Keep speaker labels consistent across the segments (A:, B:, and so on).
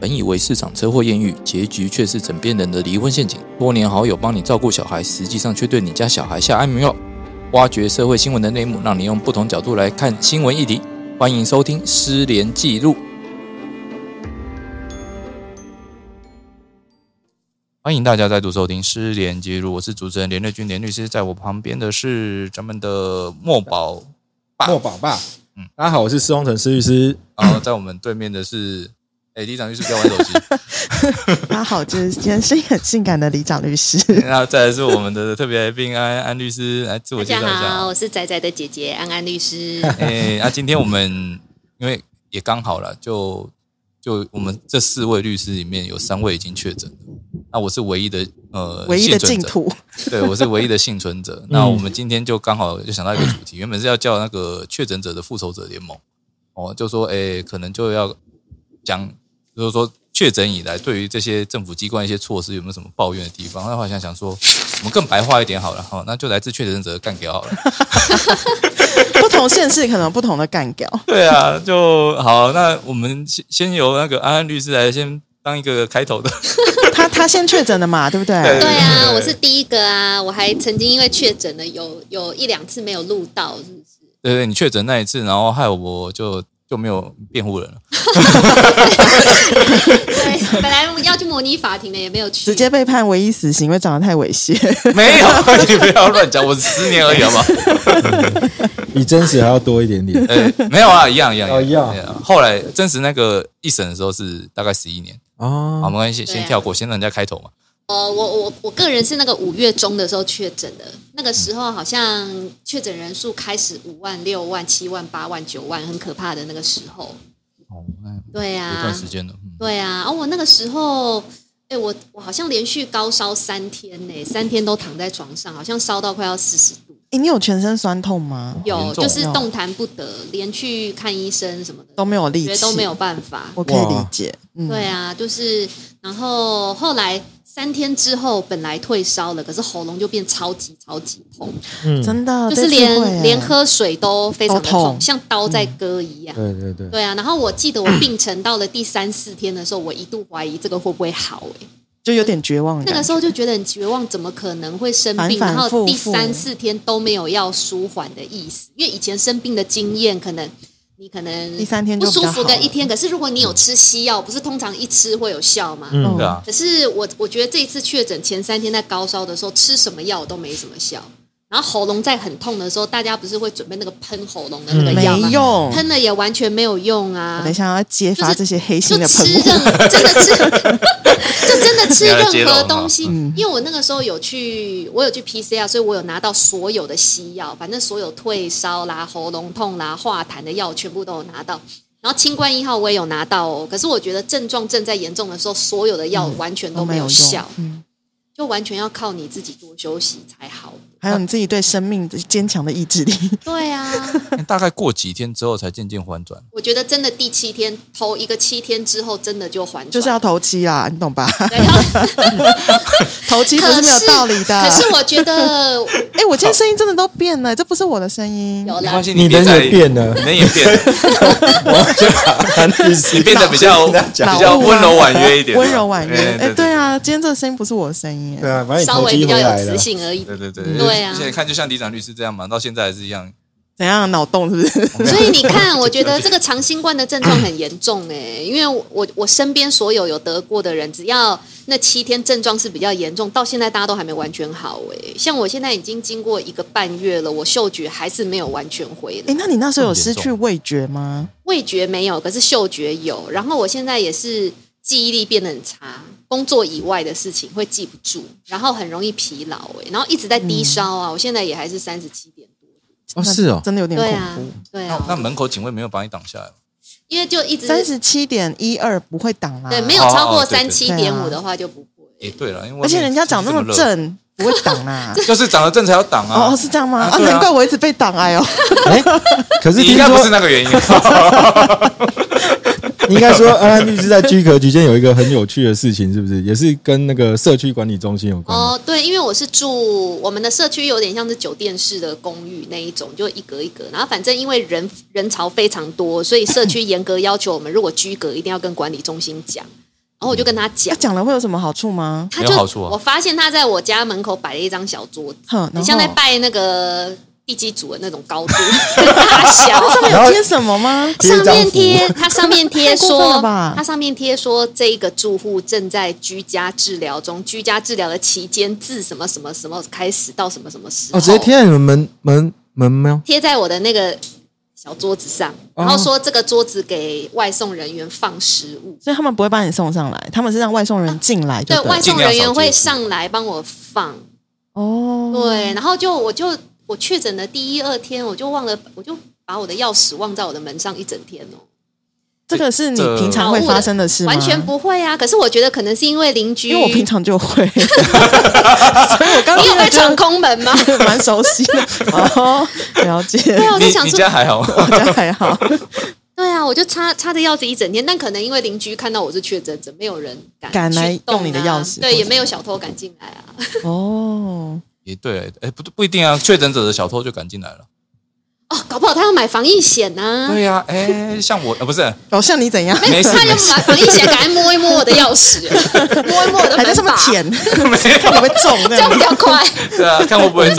A: 本以为市场车祸艳遇，结局却是枕边人的离婚陷阱。多年好友帮你照顾小孩，实际上却对你家小孩下安眠药。挖掘社会新闻的内幕，让你用不同角度来看新闻议题。欢迎收听《失联记录》。欢迎大家再度收听《失联记录》，我是主持人连瑞君，连律师，在我旁边的是咱们的墨宝，
B: 墨宝爸，
A: 嗯
B: 大家好，我是施宏成施律师。
A: 然后在我们对面的是，哎，李长律师不要玩手机。
C: 大家好，就是今天是一个很性感的里长律师。
A: 那再来是我们的特别来宾安安律师，来自我
D: 大
A: 介绍
D: 家
A: 一下
D: 好，。我是仔仔的姐姐安安 律师。
A: 哎，那、今天我们因为也刚好了，就就我们这四位律师里面有三位已经确诊了，那我是唯一的呃
C: 唯一的净
A: 幸存者，
C: 土，
A: 对我是唯一的幸存者。那我们今天就刚好就想到一个主题，原本是要叫那个确诊者的复仇者联盟，哦，就说哎，可能就要讲，就是说确诊以来对于这些政府机关一些措施有没有什么抱怨的地方？那我想想说，我们更白话一点好了哈、哦，那就来自确诊者的干掉好了。
C: 不同县市可能有不同的干掉。
A: 对啊，就好。那我们先先由那个安安律师来先当一个开头的。
C: 他他先确诊的嘛，对不对？
A: 对
D: 对啊，
A: 对
D: 我是第一个啊，我还曾经因为确诊了，有有一两次没有录到，是不是？
A: 对对，你确诊那一次，然后害我就就没有辩护人了。
D: 对，本来要去模拟法庭的，也没有去。
C: 直接被判唯一死刑，因为长得太猥亵。
A: 没有，你不要乱讲，我十年而已，好不好？。
B: 比真实还要多一点点
A: 呃，没有啊，一样一样啊
B: 哦一样。
A: 后来真实那个一审的时候是大概十一年，好，
B: 哦，
A: 没关系，
D: 对
A: 先
D: 啊
A: 跳过，先让人家开头嘛。
D: 哦，我我我个人是那个五月中的时候确诊的，那个时候好像确诊人数开始五万、六万、七万、八万、九万，很可怕的那个时候。
A: 哦，那
B: 哎
D: 对
A: 有
D: 啊，
A: 一段时间了，嗯
D: 对啊，啊，我那个时候，哎、我我好像连续高烧三天呢、三天都躺在床上，好像烧到快要四十度，
C: 诶你有全身酸痛吗？
A: 严
D: 有
A: 重
C: 哦
D: 就是动弹不得，连去看医生什么的
C: 都没有力
D: 觉
C: 气，
D: 得都没有。办法。
C: 我可以理解。嗯，
D: 对啊，就是然后后来三天之后，本来退烧了，可是喉咙就变超级超级痛，
B: 嗯，
C: 真的啊
D: 就是
C: 这次哦会耶
D: 连连喝水都非常的
C: 都
D: 痛，
C: 痛嗯
D: 像刀在割一样。
B: 对对对，
D: 对啊，然后我记得我病程到了第三四天的时候，我一度怀疑这个会不会好哎、
C: 就有点绝望的
D: 那
C: 感
D: 个
C: 觉。
D: 时候就觉得很绝望，怎么可能会生病？
C: 反反
D: 然
C: 复复
D: 后第三四天都没有要舒缓的意思，因为以前生病的经验，可能你可能
C: 第三天就比
D: 不
C: 较
D: 舒
C: 好了
D: 服个一天，可是如果你有吃西药，不是通常一吃会有效吗？
B: 嗯
C: 哦
A: 对啊，
D: 可是我我觉得这一次确诊前三天在高烧的时候，吃什么药都没什么效，然后喉咙在很痛的时候，大家不是会准备那个喷喉咙的那个
C: 嗯没
D: 药吗？
C: 用。
D: 喷了也完全没有用啊！
C: 我等一下要揭
D: 就
C: 发
D: 是
C: 这些黑
D: 就
C: 心的
D: 吃
C: 喷
D: 任
C: 雾。
D: 真的吃，就真的吃任何东西
C: 嗯。
D: 因为我那个时候有去，我有去 PCR，所以我有拿到所有的西药，反正所有退烧啦、喉咙痛啦、化痰的药全部都有拿到。然后清冠一号我也有拿到哦，可是我觉得症状正在严重的时候，所有的药完全都没有效，
C: 嗯都没有用嗯，
D: 就完全要靠你自己多休息才好。
C: 还有你自己对生命的坚强的意 志力，
D: 对啊，
A: 大概过几天之后才渐渐缓转。
D: 我觉得真的第七天头一个七天之后，真的就缓
C: 就是
D: 转
C: 要头七啦，你懂吧？
D: 对然后
C: 头七不
D: 可
C: 是没有道理的。
D: 可是我觉得
C: 哎、我今天声音真的都变了，这不是我的声音。
D: 有
A: 没
D: 啦
A: 关，系，
B: 你
A: 别
B: 人
A: 在
B: 也
A: 意，
B: 变了
A: 你，人也变 了，
B: 安律师
A: 你变得比 较
B: 跟大家讲
A: 比较
C: 老物啊
A: 温柔婉约一点，
C: 温柔婉约。哎、
A: 哎
C: 对，啊，今天这个声音不是我的声音。
B: 对啊，反正你
D: 稍
B: 投
D: 微
B: 机
D: 比
B: 回
D: 较
B: 来了
D: 有磁。性而已。
A: 对对对
D: 对啊
A: 现在看就像李长律师这样嘛，到现在还是一样。
C: 怎样啊脑洞是不是？
D: 所以你看，我觉得这个长新冠的症状很严重哎、因为我我我身边所有有得过的人，只要那七天症状是比较严重，到现在大家都还没完全好哎、像我现在已经经过一个半月了，我嗅觉还是没有完全回
C: 哎、
D: 来，
C: 那你那时候有失去味觉吗？
D: 味觉没有，可是嗅觉有。然后我现在也是记忆力变得很差，工作以外的事情会记不住，然后很容易疲劳哎、然后一直在低烧啊，我现在也还是三十七点多。
B: 哦
C: 那
B: 是哦
C: 真的有点
D: 对
C: 恐
D: 啊
C: 怖。，
D: 对
A: 那
D: 啊。
A: 那门口警卫没有把你挡下来吗，
D: 因为就一直
C: 三十七点一二不会挡啊啦、
D: 对，没有超过三七
C: 啊
D: 点五的话就不
A: 也
D: 会。
A: 对了，因为
C: 而且人家长那
A: 么
C: 么
A: 热，
C: 正，不会挡啦、
A: 就是长得正才要挡啊。
C: 哦，是这样吗？
A: 啊
C: 啊，
A: 对啊
C: 难怪我一直被挡哎呦。
B: 哎，可是
A: 你
B: 听
A: 应该不是
B: 说，
A: 那个 原因。
C: 啊
B: 你应该说，啊安安律师在居壳局间有一个很有趣的事情，是不是？也是跟那个社区管理中心有关的。
D: 哦，对，因为我是住我们的社区，有点像是酒店式的公寓那一种，就一格一格。然后反正因为人人潮非常多，所以社区严格要求我们，如果居格一定要跟管理中心讲。后我就跟他讲
C: 要，讲了会有什么好处吗？
D: 他
A: 没有
D: 就
A: 好处啊
D: 我发现他在我家门口摆了一张小桌子，
C: 哼，然
D: 很
C: 后
D: 像在拜那个地基主的那种高度，大 小。
B: 然后
C: 贴什么吗？
B: 贴一
D: 上
B: 张
D: 面
B: 符
D: 贴，它上面
C: 太
D: 贴
C: 过分
D: 说
C: 了吧，
D: 它上面贴说这一个住户正在居家治疗中，居家治疗的期间自什么什么什么开始到什么什么时候，
B: 哦，直接贴在你们门门门吗？
D: 贴在我的那个小桌子上，
B: 哦
D: 然后说这个桌子给外送人员放食物，
C: 所以他们不会把你送上来，他们是让外送人进来就
D: 对
C: 对了，
D: 外送人员
A: 尽量少接
D: 会
A: 触
D: 上来帮我放，
C: 哦，
D: 对，然后就我就我确诊的第一二天，我就忘了，我就把我的钥匙忘在我的门上一整天哦。
C: 这个是你
A: 这
C: 平常会发生的事吗？
D: 完全，不会啊！可是我觉得可能是因为邻居，
C: 因为我平常就 会，所以我 刚
D: 你有
C: 刚
D: 被闯空门吗？
C: 蛮熟悉的哦，了解，
D: 对啊，我
A: 你
D: 在想
A: 你
D: 说
A: 家，还好吗？
C: 我觉得还好，
D: 对啊，我就插插着钥匙一整天，但可能因为邻居看到我是确诊者，没有人敢
C: 敢来
D: 去动啊
C: 用你的钥匙
D: 对，也没有小偷敢进来啊。
C: 哦，
A: 也对，哎，不不一定啊，确诊者的小偷就赶进来了。
D: 哦，搞不好他要买防疫险呐、啊。
A: 对呀，哎，像我呃不是，
C: 哦，像你怎样？
A: 没事
D: 他就
A: 没事，
D: 买防疫险，赶快摸一摸我的钥 匙，摸一摸我的
C: 还在
D: 门
C: 上面
D: 把，
C: 舔，看会不会中这
D: 这样
C: 样
D: 比。较 快。
A: 对啊，看会不会中。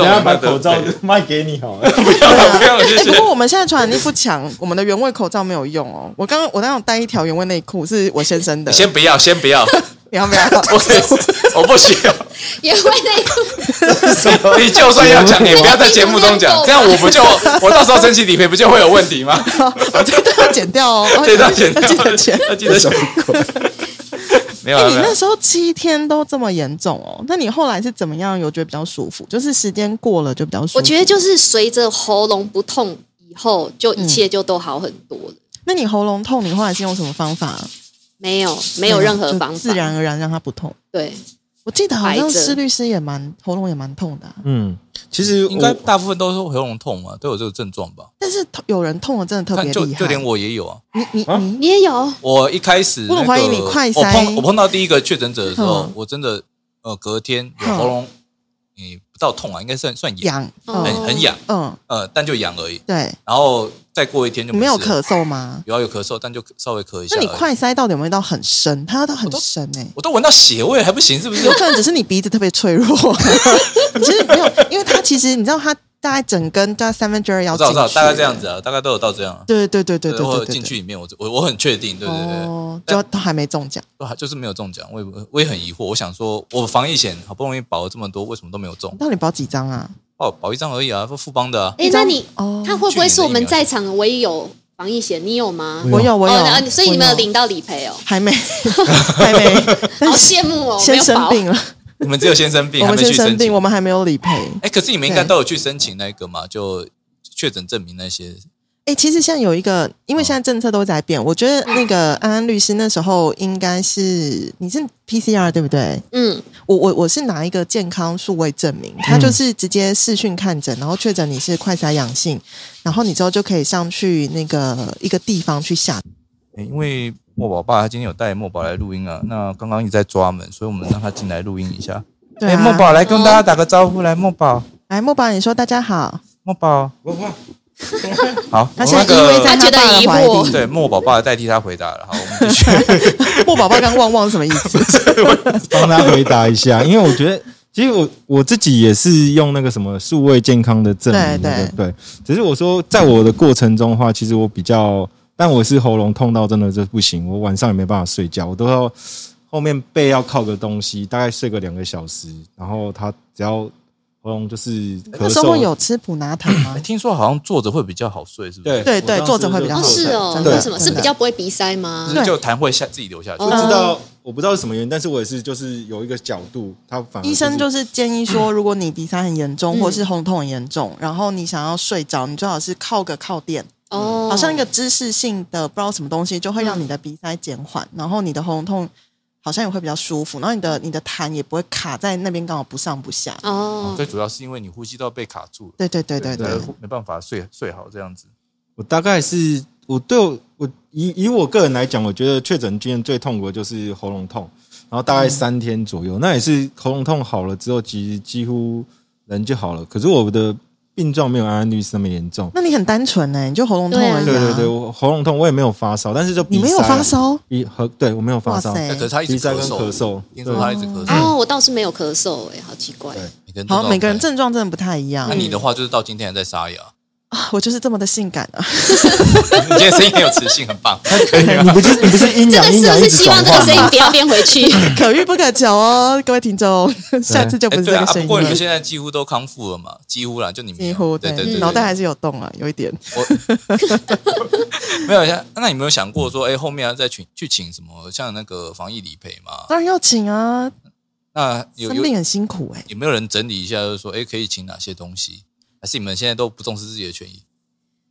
A: 对
B: 卖给你好了。
A: 不要谢
C: 哎、不
A: 谢。
C: 过我们现在传染力不强，我们的原味口罩没有用哦。我刚刚我刚刚有带一条原味内裤，是我先生的，
A: 先不要，先不 要，
C: 你要不 要？
A: 我我不需要。
D: 也会那个
A: 你就算要讲，也不要在节目中讲，这样我不就我到时候申请理赔不就会有问题 吗？
C: 我这段要剪掉哦，
A: 这段剪掉
C: 要记得剪。
A: 要 记得讲。没有
C: 哎、
A: 啊，
C: 你
A: 没有
C: 那。时候七天都这么严重哦，那你后来是怎么样？有觉得比较舒服？就是时间过了就比较舒服。
D: 我觉得，就是随着喉咙不痛以后，就一切就都好很多了。
C: 那你喉咙痛，你后来是用什么方法？
D: 没有，没有任何方法，
C: 啊就自然而然让它不痛。
D: 对，
C: 我记得好像
D: 摆着
C: 施律师也蛮喉咙也蛮痛的啊、
B: 嗯，其实
A: 应该
B: 我
A: 大部分都是喉咙痛嘛，都有这个症状吧？
C: 但是痛有人痛的真的特
A: 看
C: 别
A: 就
C: 厉害。
A: 就连我也有啊。
C: 你你
B: 啊
C: 你
D: 你也有
A: 我一开始、那个，
C: 我很怀疑你快
A: 我
C: 塞
A: 碰我碰到第一个确诊者的时候
C: 嗯，
A: 我真的呃隔天有
C: 嗯
A: 喉咙，你不到痛啊，应该算算痒，
C: 痒，
A: 很
D: 哦
C: 嗯
A: 哎很痒，
C: 嗯，
A: 呃，但就痒而已。
C: 对，
A: 然后再过一天就
C: 你没有
A: 事了，
C: 咳嗽吗？
A: 有啊有咳嗽，但就稍微咳一下
C: 那
A: 而已。
C: 你快塞到底有没有到很深？它要到很深呢、
A: 我都闻到血味还不行是不 是
C: 有？可能只是你鼻子特别脆弱， 你其实没有，因为它其实你知道它大概整根大概三分之二
A: 我
C: 要
A: 知道
C: 进
A: 我知道，
C: 去，
A: 大概这样子。啊，大概都有到这样啊。
C: 对对对对对
A: 或
C: 对
A: 者
C: 对，
A: 进去里面，我我我很确定，对对对，
C: 哦，
A: 但
C: 就都还没中奖，
A: 都还就是没有中奖，我也不我也很疑惑，我想说，我防疫险好不容易保了这么多，为什么都没有中
C: 你？到底保几张啊？
A: 保保一张而已啊，富邦的啊，
D: 哎、那你
C: 哦
D: 他会不会是我们在场唯一有防疫险？你有吗？
B: 我
C: 我有我有，
D: 哦，那所以你们有
C: 我
D: 领到理赔哦，
C: 还没还没，
D: 好
C: 但是
D: 羡慕哦，没
C: 先
D: 有
C: 生
D: 保。
C: 病了，
A: 你们只有先生病，
C: 我
A: 还
C: 们
A: 没
C: 先
A: 去申
C: 生病，
A: 请。
C: 我们还没有理赔。
A: 哎，可是你们应该
C: 对
A: 都有去申请那个嘛，就确诊证明那些。
C: 哎、其实现在有一个，因为现在政策都在变，我觉得那个安安律师那时候应该是你是 PCR 对不对？
D: 嗯，
C: 我我我是拿一个健康数位证
A: 嗯
C: 明，他就是直接视讯看诊，然后确诊你是快筛阳性，然后你之后就可以上去那个一个地方去下。
A: 哎因为墨宝爸他今天有带墨宝来录音啊，那刚刚一直在抓门，所以我们让他进来录音一下。
C: 对啊，
A: 哎墨宝来跟大家打个招呼，来墨宝，
C: 来墨宝，你说大家好，
A: 墨宝，好，我
C: 他现在
A: 那个
C: 依偎
A: 哦
C: 在
D: 他觉得
C: 爸的
D: 疑
C: 怀
D: 惑
C: 里。
A: 对墨宝爸代替他回答了。好，我们继续。
C: 墨宝宝刚旺旺是什么意思？
B: 帮他回答一 下，因为我觉得。其实我我自己也是用那个什么数位健康的证明，
C: 对
B: 对对。只是我说，在我的过程中的话，其实我比较，但我是喉咙痛到真的就不行，我晚上也没办法睡觉，我都要后面背要靠个东西，大概睡个两个小时，然后他只要喉咙就是咳
C: 那时候
B: 嗽，
C: 有吃普拿疼 吗
A: 哎？听说好像坐着会比较好睡，是不是？
B: 对
C: 对对
B: 我当时
C: 坐着会比较
D: 哦
C: 好
D: 是哦
C: 真，
B: 的
D: 为什么
C: 真
D: 是
C: 的啊
D: 比较不会鼻塞吗？
A: 就是就痰会下自己流下去
B: 我
D: 哦。
B: 不知道，我不知道是什么原因，但是我也是就是有一个角度，他反而
C: 医生
B: 是
C: 就是建议说，如果你鼻塞很严重，
D: 嗯
C: 或是喉痛很严重，然后你想要睡着，你最好是靠个靠垫，
D: 哦，
C: 好像一个知识性的不知道什么东西，就会让你的鼻塞减缓，
D: 嗯
C: 然后你的喉痛好像也会比较舒服，然后你的你的痰也不会卡在那边，刚好不上不下。
D: 哦，
A: 最主要是因为你呼吸道被卡住了，
C: 对对对对对，
A: 没办法睡睡好这样子。
B: 我大概是我对我我以以我个人来讲，我觉得确诊经验最痛苦的就是喉咙痛，然后大
D: 嗯
B: 概三天左右，那也是喉咙痛好了之后，其实几乎人就好了。可是我的病状没有安安律师那么严重。
C: 那你很单纯呢、你就喉咙痛而已、啊。
B: 对对对，我喉咙痛，我也没有发烧，但是就鼻
C: 你没有
B: 塞
C: 发，烧？
B: 鼻和对我没有发
C: 哇
B: 烧，
A: 哎可
C: 塞
A: 是！他一
B: 鼻
A: 直
B: 塞
A: 咳
B: 跟
A: 嗽，
B: 咳嗽，
A: 听说他一直
C: 嗯
A: 咳嗽，
D: 哦，我倒是没有咳嗽，哎，好奇怪。
B: 对
A: 每个人都
C: 好像每个人嗯
A: 这样
C: 症状真的不太一样。
A: 那你的话就是到今天还在沙哑，
C: 啊 我就是这么的性感啊！
A: 你今天声音很有磁性，很棒。
B: 对你不啊是你不是阴
D: 这个
B: 阳阴
D: 是
B: 阳
D: 不
B: 一
D: 是
B: 直
D: 希望
B: 转
D: 这个声音
B: 换吗？
D: 不要变回 去？
C: 可遇不可求哦，各位 听众，下次就不
A: 哎，
C: 是这
A: 对啊，
C: 个
A: 啊
C: 声
A: 不
C: 音
A: 过你们
C: 了。
A: 现在几乎都康复了嘛，几乎啦，就你们
C: 几乎
A: 对对
C: 嗯
A: 对，
C: 脑袋还
A: 是
C: 是有动啊，有一点。
A: 我没有像，那你有没有想过说，哎，后面要再请去请什么像那个防疫理赔嘛？
C: 当然要请啊，
A: 那有
C: 生
A: 有
C: 病很辛苦哎、
A: 有没有人整理一下，就是说，哎，可以请哪些东西？还是你们现在都不重视自己的权益？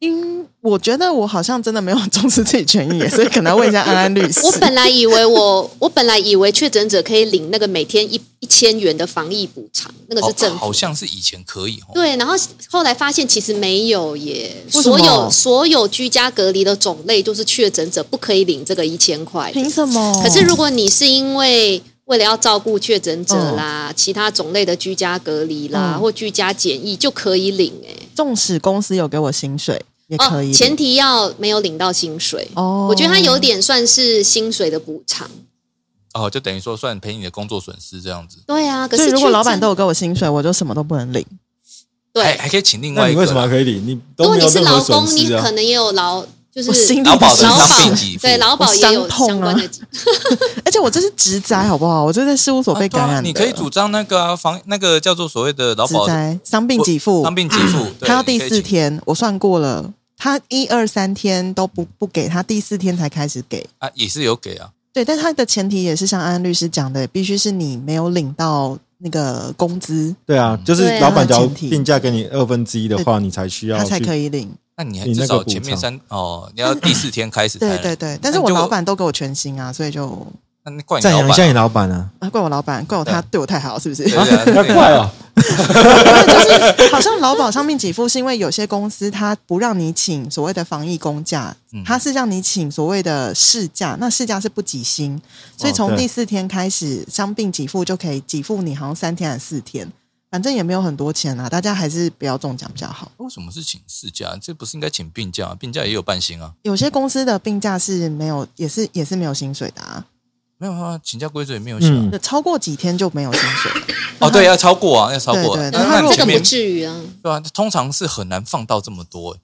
C: 因我觉得我好像真的没有重视自己权 益耶，所以可能要问一下安安律师。
D: 我本来以为我，我本来以为确诊者可以领那个每天一一千元的防疫补偿，那个是政
A: 好
D: 府
A: 哦好。像是以前可以哦。
D: 对，然后后来发现其实没有耶，
C: 为什么
D: 所有所有居家隔离的种类就是确诊者不可以领这个一千块的。
C: 凭什么？
D: 可是如果你是因为为了要照顾确诊者啦，其他种类的居家隔离啦，
C: 嗯
D: 或居家检疫就可以领哎、
C: 纵使公司有给我薪水，也可以、
D: 哦，前提要没有领到薪水。
C: 哦
D: 我觉得它有点算是薪水的补偿。
A: 哦，就等于说算赔你的工作损失这样子。
D: 对啊，可
C: 所
D: 是
C: 以如果
D: 确
C: 老板
D: 诊
C: 都有给我薪水，我就什么都不能领。
A: 还
D: 对，
A: 还可以请另
B: 那
A: 外一
B: 你
A: 个啦。
B: 为什么还可以理？你
D: 如
B: 哎都
D: 果
B: 没
D: 你
B: 有
D: 是
B: 任
D: 劳
B: 何
D: 工
B: 损，
D: 你
B: 失
D: 可
B: 啊！
D: 能也有劳，就
C: 我
D: 是
C: 心里
A: 劳保的
C: 不
D: 劳
C: 爽
A: 伤
D: 保
A: 病给付
D: 对劳保
C: 我
D: 也有
C: 伤痛啊
D: 相关的。
C: 而且我这是职灾好不好？我这是在事务所被感染的、
A: 啊对啊你可以主张那个啊，防那个叫做所谓的劳
C: 职
A: 保
C: 灾伤病给付，嗯
A: 伤病给付，对
C: 他到第四，
A: 你可以请
C: 天，我算过了，他一二三天都不不给他，第四天才开始给。
A: 啊也是有给啊，
C: 对，但他的前提也是像安安律师讲的，必须是你没有领到那个工资，
B: 对啊，就是
D: 对啊
B: 老板假如
C: 前提
B: 病假给你二分之一的话，你才需要
C: 他才
B: 去
C: 可以领。
A: 那你还
B: 你那
A: 至
B: 个
A: 少
B: 补
A: 前面
B: 偿
A: 三哦，你要第四天开 始才
C: 对
A: 能，
C: 对对，但是
A: 那
C: 我
A: 就
C: 老，板都给我全薪啊，所以就
A: 那你怪你
B: 赞
A: 老
B: 扬一下
A: 板
B: 你老板啊，
C: 啊怪我老板，怪我他对我太好，是不是？
A: 对啊，对
B: 要
A: 啊
B: 怪哦，
C: 就是好像劳保上面给付是因为有些公司他不让你请所谓的防疫公假
A: 嗯，
C: 他是让你请所谓的事假，那事假是不给薪，所以
B: 哦
C: 从
B: 对
C: 第四天开始伤病给付就可以给付你好像三天还是四天，反正也没有很多钱啊，大家还是不要中奖比较好。
A: 为什么是请事假？这不是应该请病假？病假也有半薪啊，
C: 有些公司的病假是没有，也是也是没有薪水的、啊，
A: 没有啊，请假规则也没有写啊
B: 嗯。
C: 超过几天就没有薪水了。
A: 哦，对，要超过啊，要超过啊，
C: 对对
A: 那
C: 对
A: 那
C: 他
A: 你
D: 这个
A: 前
D: 不
A: 面
D: 至于啊，
A: 对啊，通常是很难放到这么多欸，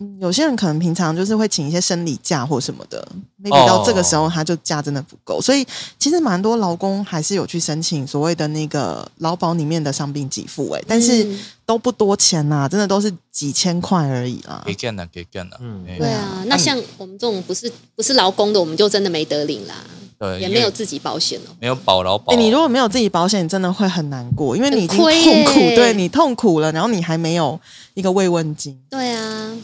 C: 嗯有些人可能平常就是会请一些生理假或什么的，maybe 到这个时候他就假真的不够，所以其实蛮多劳工还是有去申请所谓的那个劳保里面的伤病给付、欸，哎，但是
D: 嗯
C: 都不多钱呐、真的都是几千块而已啦
A: 给。干了，给干了，
B: 嗯
A: 哎
D: 对啊，那像我们这种不是不是劳工的，我们就真的没得领啦，
B: 哎
A: 对，
D: 也
A: 因
D: 没有
A: 为
D: 自己保险哦。
A: 没有保劳保
C: 哎、，你如果没有自己保险，你真的会很难过，因为你已经
D: 很
C: 痛
D: 亏
C: 苦，
D: 欸
C: 对你痛苦了，然后你还没有一个慰问金，
D: 对啊，
A: 嗯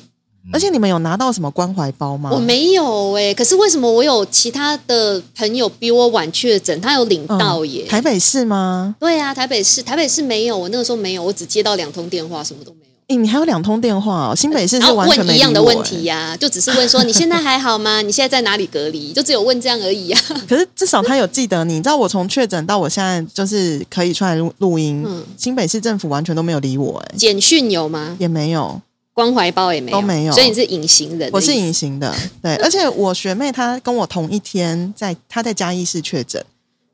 C: 而且你们有拿到什么关怀包吗？
D: 我没有哎、可是为什么我有其他的朋友比我晚确诊，他有领
C: 嗯
D: 到耶？
C: 台北市吗？
D: 对啊，台北市台北市没有，我那个时候没有，我只接到两通电话，什么都没有。
C: 哎、你还有两通电话哦，新北市
D: 然
C: 是
D: 后
C: 完全
D: 问
C: 没
D: 一
C: 理
D: 样的
C: 我
D: 问
C: 欸
D: 题呀、就只是问说你现在还好吗？你现在在哪里隔离？就只有问这样而已呀、
C: 可是至少他有记得你，你知道我从确诊到我现在就是可以出来录录音，
D: 嗯
C: 新北市政府完全都没有理我、哎，
D: 简讯有吗？
C: 也没有，
D: 关怀包也没有，
C: 都没有
D: 所以你是隐形人的意思。
C: 我是隐形的， 对，而且我学妹她跟我同一天在，她在嘉义市确诊，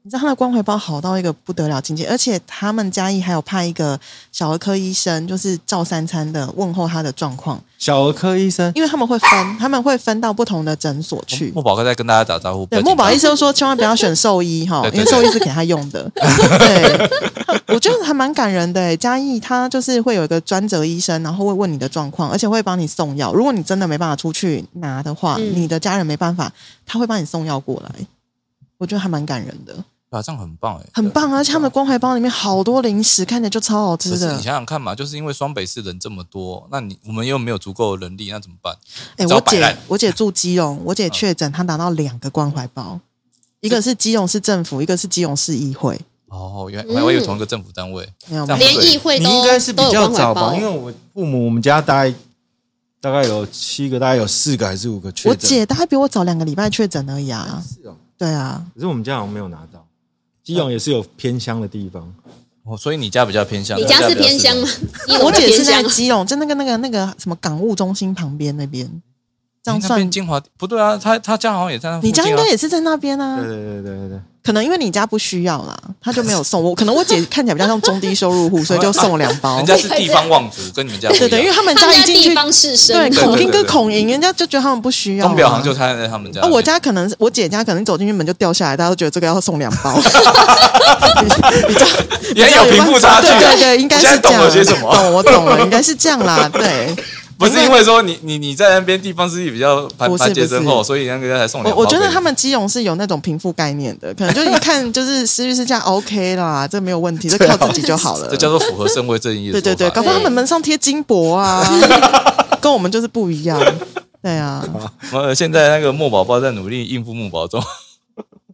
C: 你知道她的关怀包好到一个不得了境界，而且他们嘉义还有派一个小儿科医生，就是照三餐的问候她的状况，
B: 小儿科医生
C: 因为他们会分，他们会分到不同的诊所去，
A: 墨宝哥在跟大家打招呼，不
C: 对，
A: 要
C: 墨
A: 紧
C: 宝
A: 张
C: 医生说千万不要选兽医哈，
A: 对对
C: 因为兽医是给他用 的。对，我觉得还蛮感人的诶。嘉义他就是会有一个专责医生，然后会问你的状况，而且会帮你送药。如果你真的没办法出去拿的话，
D: 嗯
C: 你的家人没办法，他会帮你送药过来。我觉得还蛮感人的，
A: 对啊，这样很棒哎，
C: 很
A: 对
C: 棒啊！而且他们的关怀包里面好多零食，看起来就超好吃
A: 可是
C: 的
A: 你。想想看嘛，就是因为双北市人这么多，那你我们又没有足够的能力，那怎么办？
C: 哎、
A: 招
C: 我
A: 摆
C: 姐
A: 烂，嗯
C: 我姐住基隆，我姐确诊，她拿到两个关怀包，一个是基隆市政府，一个是基隆市议会。
A: 哦，原来
D: 嗯
A: 我还以为同一个政府单位，
C: 没有，
A: 这样
D: 连议会
B: 你
D: 都
B: 应该是比
D: 都
B: 较
D: 有关
B: 早
D: 怀
B: 吧，
D: 包，
B: 因为我父母我们家大概大概有七个，大概有四个还是五个确
C: 我
B: 诊，
C: 姐大概比我早两个礼拜确诊而已啊。
B: 是哦，
C: 对啊，
B: 可是我们家好像没有拿到。基隆也是有偏乡的地方，
A: 哦，所以你家比较偏向，
D: 你
A: 我
D: 家是
A: 比较
D: 偏乡吗？你
C: 我姐是
D: 偏
C: 在
D: 乡啊
C: 基隆，在那个那个那个什么港务中心旁边那边，这样
A: 你哎那
C: 算
A: 边。金华不对啊，他他家好像也在那附
C: 你
A: 近啊、
C: 家应该也是在那边啊
B: 对，对对对对
C: 可能因为你家不需要啦，他就没有送我。可能我姐看起来比较像中低收入户，所以就送我两 包
A: 人。家是地方望族，跟你们家不一
C: 哦对
A: 样
C: 对，因为他们
D: 他们
C: 一
D: 家
C: 进去
D: 地，方士
C: 对
D: 绅，
C: 孔
A: 对
C: 丁
A: 对
C: 跟
A: 对
C: 孔莹，人家就觉得他们不需要啊。
A: 钟表行就摊在他们家
C: 啊，
A: 那边。
C: 我家可能是我姐家可能走进去门就掉下来，大家都觉得这个要送两包，
A: 也有贫富差距啊，
C: 对对对，应该
A: 我现
C: 是
A: 在
C: 这
A: 懂
C: 样。
A: 了些什么？
C: 懂我懂了，应该是这样啦。对，
A: 不是因为说你你你在那边地方势力比较盘
C: 不是
A: 盘节深厚，
C: 不是
A: 所以那个才送
C: 我
A: 两包
C: 我觉
A: 给
C: 得
A: 你
C: 他们基隆是有那种贫富概念的，可能就是一看就是私域是这样 OK 啦，这没有问题，这靠自己就好了。
A: 这叫做符合社会正义的
C: 对
A: 做
C: 对
A: 法。
C: 对，搞不好他们门上贴金箔啊，跟我们就是不一样。对啊，
A: 呃，现在那个墨宝包在努力应付墨宝中，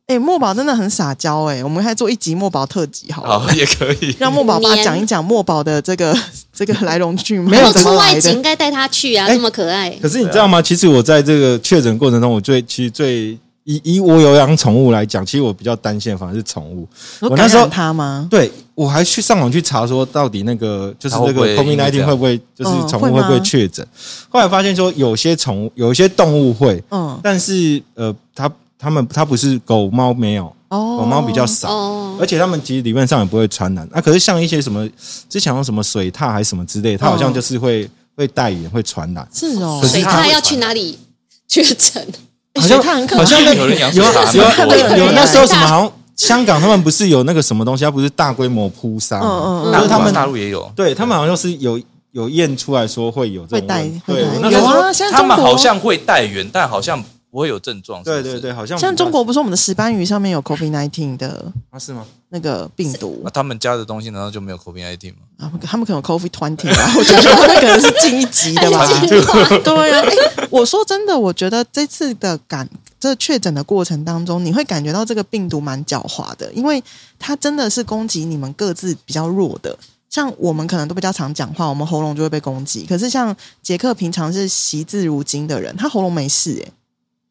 C: 哎、墨宝真的很撒娇哎、我们还做一集墨宝特辑好了。
A: 好也可以。
C: 让墨宝爸
D: 黏
C: 讲一讲墨宝的这个这个来龙去脉，
B: 没有
D: 然后
C: 怎
D: 出
C: 么
D: 外
C: 来
D: 景
C: 的
D: 应？该带他去啊，
B: 哎
D: 这么可爱
B: 可。是你知道吗？其实我在这个确诊过程中，我最其实最以以我有养宠物来讲，其实我比较担心的反而是宠物。
C: 有
B: 我
C: 感
B: 那时候
C: 染他吗？
B: 对我还去上网去查说，到底那个就是
A: 它会
B: 那
A: 不会
B: 个 COVID
A: 因为这
B: nineteen
A: 样
B: 会不会就是
C: 嗯
B: 宠
D: 哦
C: 会
B: 物会不会
C: 吗
B: 确诊？后来发现说有些宠物有一些动物会，
C: 嗯，
B: 但是呃，它它们它不是狗猫没有，
C: 哦，
B: 狗猫比较少。
D: 哦，
B: 而且它们其实理论上也不会传染啊，可是像一些什么之前有什么水獭还是什么之类，它好像
C: 嗯
B: 就是会、会带炎会传染，
C: 是哦
B: 可，是
D: 水
B: 他
D: 獭要去哪里确诊？
C: 哎
B: 好
C: 水
B: 像
C: 獭很可
B: 好像
C: 爱啊
B: 那
A: 有人养
B: 有
A: 水獭
B: 有
A: 蛮多的
B: 有有那时候什
D: 对
B: 么好像香港他们不是有那个什么东西，它不是大规模扑杀，
C: 嗯嗯嗯
B: 就是他
A: 大
B: 们
A: 陆也有，
B: 对他们好像就是有有验出来说会有这
C: 会
B: 种
C: 带
B: 问题，
C: 会
B: 对，我那
C: 带
B: 时
C: 有
B: 候
C: 啊，现在
A: 他
C: 中
A: 们好
C: 国
A: 像会带源，但好像不会有症状。是不
B: 对
A: 是
B: 对，对，好像
C: 像中国不是我们的石斑鱼上面有 COVID nineteen 的
B: 啊是吗？
C: 那个病毒
A: 那他们家的东西难道就没有 COVID 19吗？
C: 啊，他们可能有 COVID twenty 吧， 我觉得他们可能是近一级 的吧。
D: 哎
C: 对啊，哎，我说真的，我觉得这次的感。这确诊的过程当中，你会感觉到这个病毒蛮狡猾的，因为它真的是攻击你们各自比较弱的。像我们可能都比较常讲话，我们喉咙就会被攻击。可是像杰克平常是惜字如金的人，他喉咙没事诶、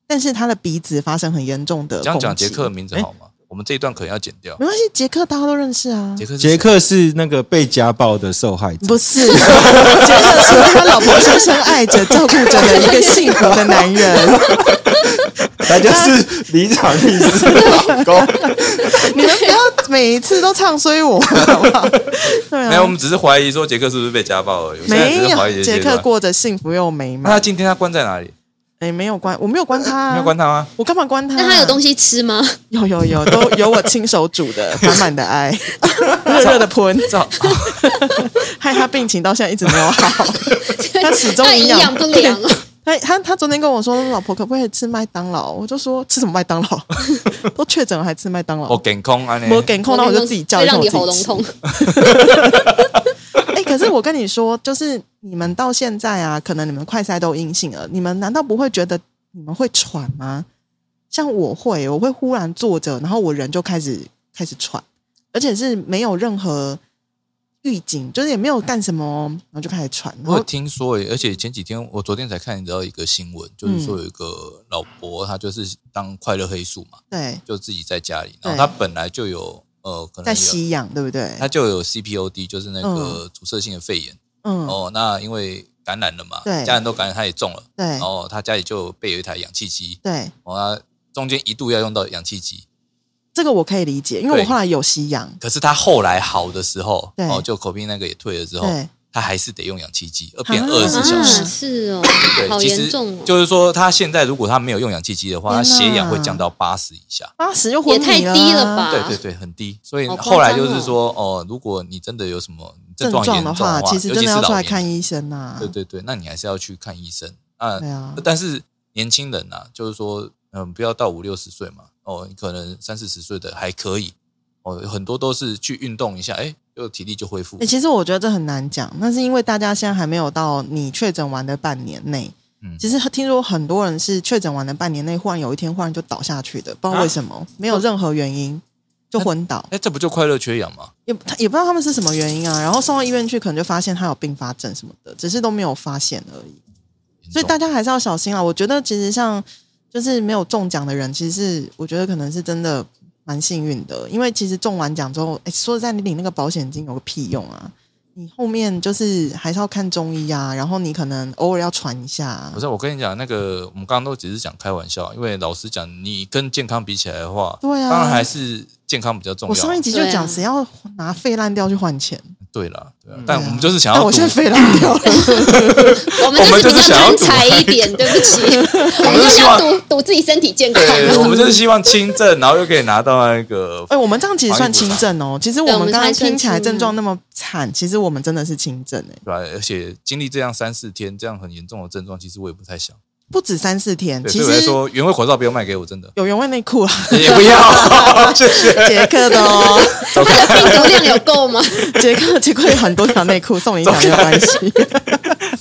C: 但是他的鼻子发生很严重的攻击。
A: 这样讲杰克的名字好吗？我们这一段可能要剪掉。
C: 没关系，杰克大家都认识啊。
A: 杰克是谁
B: 杰克是那个被家暴的受害者，
C: 不是，杰克是他老婆深深爱着、照顾着的一个幸福的男人。
B: 他 就是离场意思老公。
C: 你们不要每一次都唱衰我，好不好？对
A: 没有，我
C: 啊，
A: 们只是怀疑说杰克是不是被家暴而已。我现在只
C: 没
A: 是怀疑
C: 有，杰
A: 杰
C: 克。过着幸福又美
A: 那
C: 满
A: 他。今天他关在哪里？
C: 哎，没有关，我没有关他啊，
A: 没有关他吗？
C: 我干嘛关他？
D: 那他有东
C: 西，
D: 西吃吗？
C: 有有有，都有我亲手煮的，满满的爱，热热的喷，
A: 这
C: 害他病情到现在一直没有好，他始终
D: 他
C: 营
D: 营
C: 养
D: 养不良哦。
C: 他哎他他昨天跟我说，老婆可不可以吃麦当劳？我就说吃什么麦当劳？ 都确诊了还吃麦当劳
A: 我？健康啊，呢
C: 我给空，那我就自己叫
D: 会
C: 一下
D: 让
C: 我
D: 你
C: 自己
D: 喉咙
C: 吃。
D: 痛。
C: 哎、可是我跟你说，就是你们到现在啊，可能你们快筛都阴性了，你们难道不会觉得你们会喘吗？像我会，我会忽然坐着，然后我人就开始开始喘，而且是没有任何预警，就是也没有干什么，然后就开始喘。然
A: 我有
C: 后
A: 听说耶，而且前几天我昨天才看到一个新闻，就是
C: 嗯
A: 说有一个老伯，他就是当快乐黑素嘛，
C: 对，
A: 就自己在家里，
C: 对
A: 然后他本来就有呃，可能
C: 在
A: 有
C: 吸氧，对不对？
A: 他就有 CPOD，就是那个阻塞性的肺炎、
C: 嗯，
A: 哦。那因为感染了嘛，
C: 对
A: 家人都感染，他也中了，
C: 对
A: 然后他家里就备有一台氧气机，
C: 对，
A: 哦，他中间一度要用到氧气机，
C: 这个我可以理解，因为
A: 对
C: 我后来有吸氧，
A: 可是他后来好的时候，
C: 对
A: 哦，就口鼻那个也退了之后，
C: 对
A: 他还是得用氧气机，而变
C: 啊
A: 二十四小时。
D: 啊是哦，好
A: 对，其
D: 严
A: 实
D: 重哦，
A: 就是说，他现在如果他没有用氧气机的话，他
C: 天哪
A: 血氧会降到八十以下。
C: 八十啊又昏
D: 也
C: 迷
D: 太
C: 了
D: 低
C: 啊
D: 了吧？
A: 对对对，很低。所以
D: 好夸张
A: 后来就是说，哦，如果你真的有什么症
C: 症
A: 状
C: 状
A: 严
C: 的
A: 重啊
C: 话，其实
A: 尤
C: 真
A: 其
C: 的
A: 是
C: 要
A: 老
C: 出来
A: 年人，
C: 看医生呐、
A: 对对对，那你还是要去看医生啊
C: 对。啊，
A: 但是年轻人啊，就是说，嗯，不要到五六十岁嘛，哦，你可能三四十岁的还可以，哦，很多都是去运动一下，哎，就体力就恢复
C: 欸，。其实我觉得这很难讲，那是因为大家现在还没有到你确诊完的半年内。
A: 嗯
C: 其实听说很多人是确诊完的半年内，忽然有一天忽然就倒下去的，不
A: 啊
C: 知道为什么，没有任何原因就昏倒，
A: 哎，这不就快乐缺氧吗？
C: 也他也不知道他们是什么原因啊。然后送到医院去，可能就发现他有并发症什么的，只是都没有发现而已。所以大家还是要小心啊！我觉得其实像就是没有中奖的人，其实是我觉得可能是真的蛮幸运的，因为其实中完奖之后，哎，说实在，你领那个保险金有个屁用啊！你后面就是还是要看中医啊，然后你可能偶尔要传一下、啊
A: 不。是，我跟你讲，那个我们刚刚都只是讲开玩笑，啊因为老实讲，你跟健康比起来的话，
C: 对啊
A: 当然还是健康比较重
C: 我
A: 要。
C: 上一集就
D: 对啊
C: 讲，谁要拿肺烂掉去换钱？
A: 对啦，对啊
B: 嗯，
A: 但我们就是想
C: 但
A: 要
C: 我
A: 赌
C: 现在肺烂 掉了，
D: 我们就是
A: 我们就
D: 比
A: 是
D: 较
A: 想要
D: 贪
A: 赌
D: 财一点，对不起， 我们
A: 就
D: 就是
A: 希
D: 想
A: 望
D: 赌赌自己身体健康。啊
A: 对，我们就是希望轻症，然后又可以拿到那个
C: 哎、我们这样其实算轻症哦。其实我
D: 对我
C: 们
D: 们
C: 刚刚听起来
D: 算轻症
C: 症状那么惨，其实我们真的是轻症哎、
A: 对吧？而且经历这样三四天，这样很严重的症状，其实我也不太想。
C: 不止三四天。
A: 对，
C: 其
A: 所以我在
C: 实
A: 说，原味口罩不要卖给我，真的
C: 有原味内裤啊，
A: 也不要， 谢谢。
C: 杰克的哦，
D: 他的病毒量有够吗？
C: 杰克杰克有很多条内裤送你一条没有关系。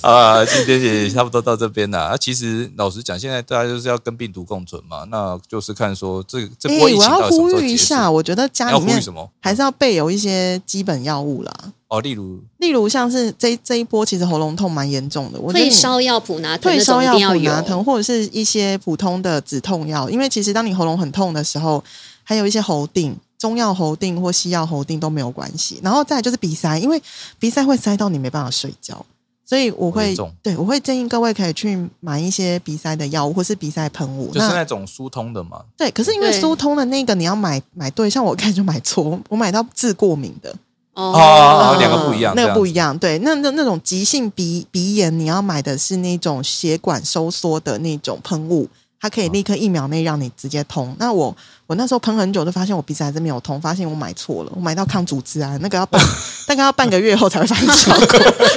A: 啊，今天也差不多到这边了。啊，其实老实讲，现在大家就是要跟病毒共存嘛，那就是看说这 这
C: 哎、
A: 波疫
C: 我
A: 情
C: 要
A: 到底什么
C: 呼
A: 时候
C: 吁一
A: 结束。
C: 下，我觉得家
A: 你
C: 里
A: 要呼吁
C: 面
A: 什么？
C: 还是要备有一些基本药物啦，
A: 哦，例如
C: 例如像是这这一波其实喉咙痛蛮严重的，我觉得
D: 退
C: 你
D: 烧药、普拿疼
C: 退
D: 那
C: 烧
D: 种一
C: 药、
D: 定要
C: 普
D: 有
C: 拿。疼或者是一些普通的止痛药，因为其实当你喉咙很痛的时候，还有一些喉定。中药喉定或西药喉定都没有关系，然后再来就是鼻塞，因为鼻塞会塞到你没办法睡觉，所以我
A: 好
C: 会
A: 严重
C: 对我会建议各位可以去买一些鼻塞的药物或是鼻塞喷雾。
A: 就是
C: 那
A: 那种疏通的嘛，
C: 对，可是因为
D: 对
C: 疏通的那个你要买买对，像我看就买错，我买到治过敏的，
A: 哦
D: 哦
A: 两个不一样
C: 那
A: 这
C: 个
A: 样子
C: 不一样。对，那那那种急性鼻鼻炎，你要买的是那种血管收缩的那种喷雾，它
A: 哦
C: 可以立刻一秒内让你直接通。那我我那时候喷很久，就发现我鼻子还是没有通，发现我买错了，我买到抗组织啊，那个 要半大概要半个月后才会发现效果。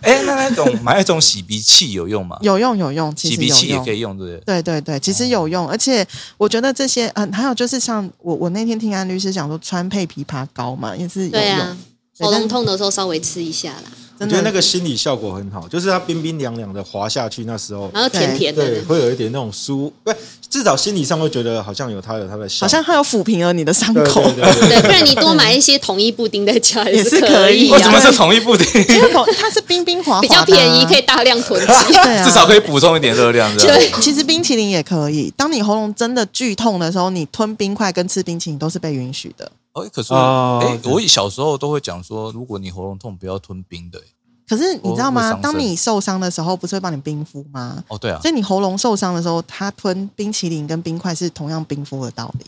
A: 哎，那那种买那种洗鼻器有用吗？
C: 有用有用，其
A: 洗
C: 实
A: 鼻
C: 有
A: 器也
C: 用
A: 可。以用，对不对？
C: 对对对，其
B: 哦
C: 实有用，而且我觉得这些，嗯、还有就是像我我那天听安律师讲说，川配枇杷膏嘛，也是有
D: 对
C: 用，
D: 啊，喉咙痛的时候稍微吃一下啦，
B: 我
C: 真
B: 觉
C: 的
B: 得那个心理效果很好，就是它冰冰凉凉的滑下去，那时候
D: 然后甜甜
B: 对
D: 的。
B: 会有一点那种舒，不，至少心理上会觉得好像有它有它的效果，
C: 好像它有抚平了你的伤
B: 对
C: 口。
B: 对对对
D: 对，不然你多买一些同一布丁在家
C: 也是
D: 是
C: 可以
D: 以
A: 为
C: 啊
A: 什
D: 啊，
A: 哦么是同一部电影？
C: 因为口它是冰冰滑啊滑、
D: 比较便宜，可以。大量囤积。
C: 对啊，
A: 至少可以补充一点热量，这样。
D: 对
C: 其实冰淇淋也可以。当你喉咙真的剧痛的时候，你吞冰块跟吃冰淇淋都是被允许的。
A: 哦，可是
B: 哦
A: 哎，
B: 对
A: 我小时候都会讲说，如果你喉咙痛，不要吞冰的。哎
C: 可是你知
A: 哦
C: 道
A: 会
C: 吗？
A: 伤
C: 当你受伤的时候，不是会帮你冰敷吗？
A: 哦，对啊，
C: 所以你喉咙受伤的时候，它吞冰淇淋跟冰块是同样冰敷的道理。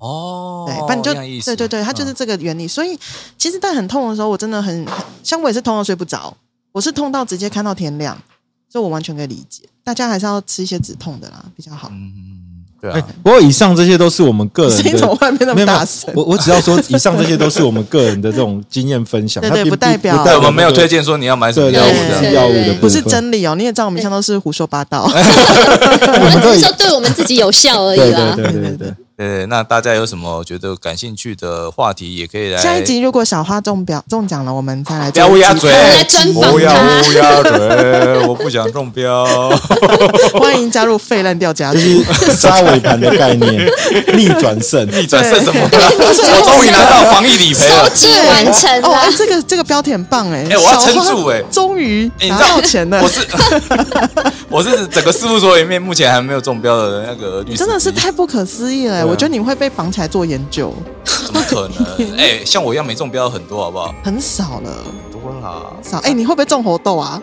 A: 哦，
C: 对，反正就
A: 一样意思
C: 对对对，它就是
A: 嗯
C: 这个原理。所以其实，在很痛的时候，我真的很很像我也是痛到睡不着，我是痛到直接看到天亮，所以我完全可以理解。大家还是要吃一些止痛的啦，比较好。
A: 嗯，对
B: 哎
A: 啊，
B: 不过以上这些都是我们个人
C: 声音从
B: 的。
C: 外面
B: 没
C: 那么
B: 有没有
C: 大声，
B: 我我只要说，以上这些都是我们个人的这种经验分享，
C: 对
B: 它
C: 对
B: 并
C: 不代表
B: 不
A: 对，
B: 代
A: 我们没有推
B: 荐
A: 荐说你要买什么
B: 对
A: 药
B: 药
A: 物
B: 物
A: 这样。
D: 对
B: 的药物的部分，
C: 不是真理哦，你也知道我们现在都是胡说八道。
A: 哎
D: 我
B: 们
D: 们只
B: 可以
D: 是说对我们自己有效而已
B: 对
D: 啦
B: 对。对对
C: 对
B: 对
C: 对。
A: 对，那大家有什么觉得感兴趣的话题，也可以来。
C: 下一集如果小花中标中奖了，我们再来
A: 不
C: 做
A: 要
C: 一
A: 乌
C: 集
A: 鸦嘴
D: 我们来专，访他
A: 不要乌鸦嘴，我不想中标。
C: 欢迎加入废烂掉家族
B: 就。是杀尾盘的概念，逆转胜，
A: 逆转胜什 么？
D: 我
A: 我终于拿到防疫理赔
D: 收
A: 了。
D: 集完成
C: 哦，哎
D: 了，
C: 这个这个标题很棒哎，
A: 哎我要撑
C: 小花
A: 住哎
C: 终于
A: 哎你
C: 拿
A: 知道
C: 到钱了
A: 我，是我是整个事务所里面目前还没有中标的那个律师之一，
C: 真的是太不可思议了
A: 对
C: 哎。
A: 啊
C: 我觉得你会被绑起来做研究，
A: 怎么可 能？哎，像我一样没中标很多，好不好？
C: 很少了，
A: 多啦。
C: 少哎，你会不会中猴痘啊？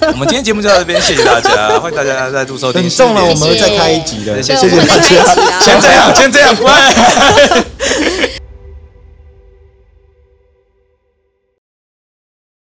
A: 我们今天节目就到这边，谢谢大家，欢迎大家再度收听。
B: 等中了我们
A: 谢
B: 会
A: 谢
B: 再开一集的，
A: 谢
D: 对，
A: 谢
D: 我们
A: 大
D: 再
A: 家
D: 开启啦。
A: 先这样，先这样，喂。